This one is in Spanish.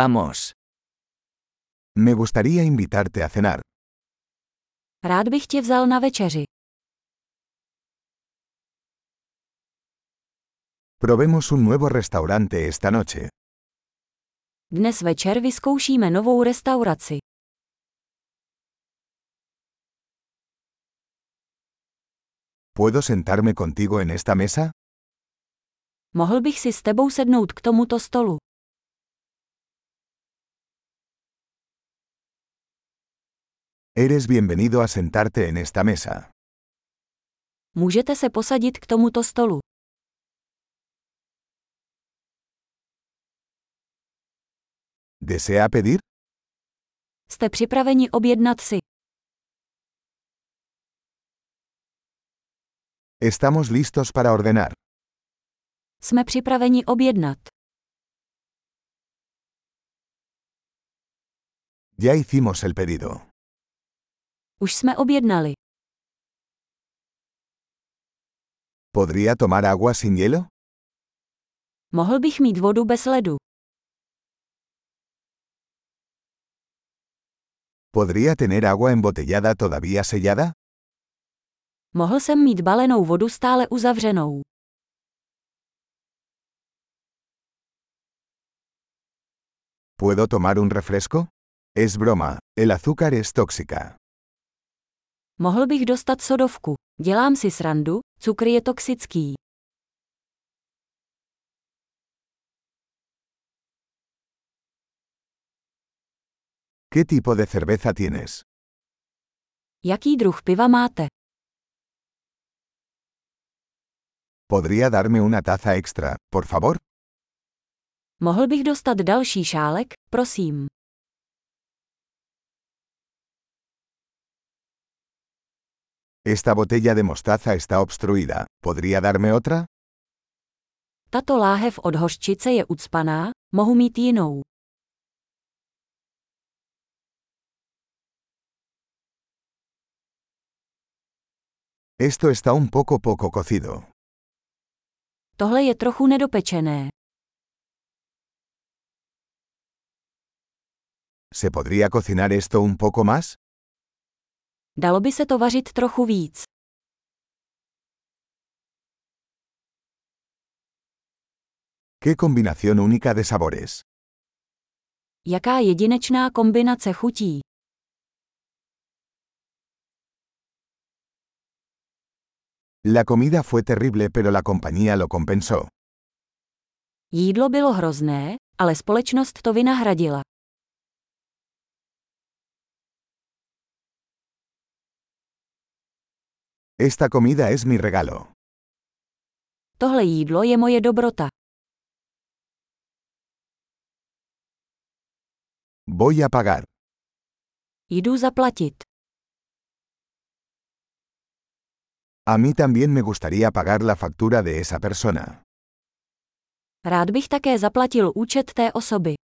Vamos. Me gustaría invitarte a cenar. Rád bych tě vzal na večeři. Probemos un nuevo restaurante esta noche. Dnes večer vyzkoušíme novou restauraci. ¿Puedo sentarme contigo en esta mesa? Mohl bych si s tebou sednout k tomuto stolu. Eres bienvenido a sentarte en esta mesa. Můžete se posadit k tomuto stolu. ¿Desea pedir? Jste připraveni objednat si. Estamos listos para ordenar. Jsme připraveni objednat. Ya hicimos el pedido. Už jsme objednali. ¿Podría tomar agua sin hielo? Mohl bych mít vodu bez ledu. ¿Podría tener agua embotellada todavía sellada? Mohl jsem mít balenou vodu stále uzavřenou. ¿Puedo tomar un refresco? Es broma, el azúcar es tóxica. Mohl bych dostat sodovku. Dělám si srandu, cukr je toxický. ¿Qué tipo de cerveza tienes? Jaký druh piva máte? ¿Podría darme una taza extra, por favor? Mohl bych dostat další šálek, prosím. Esta botella de mostaza está obstruida. ¿Podría darme otra? Tato láhev od hořčice je ucpaná, mohu mít jinou. Esto está un poco poco cocido. Tohle je trochu nedopečené. ¿Se podría cocinar esto un poco más? Dalo by se to vařit trochu víc. ¡Qué combinación única de sabores! Jaká jedinečná kombinace chutí. La comida fue terrible pero la compañía lo compensó. Jídlo bylo hrozné, ale společnost to vynahradila. Esta comida es mi regalo. Tohle jídlo je moje dobrota. Voy a pagar. Jdu zaplatit. A mí también me gustaría pagar la factura de esa persona. Rád bych také zaplatil účet té osoby.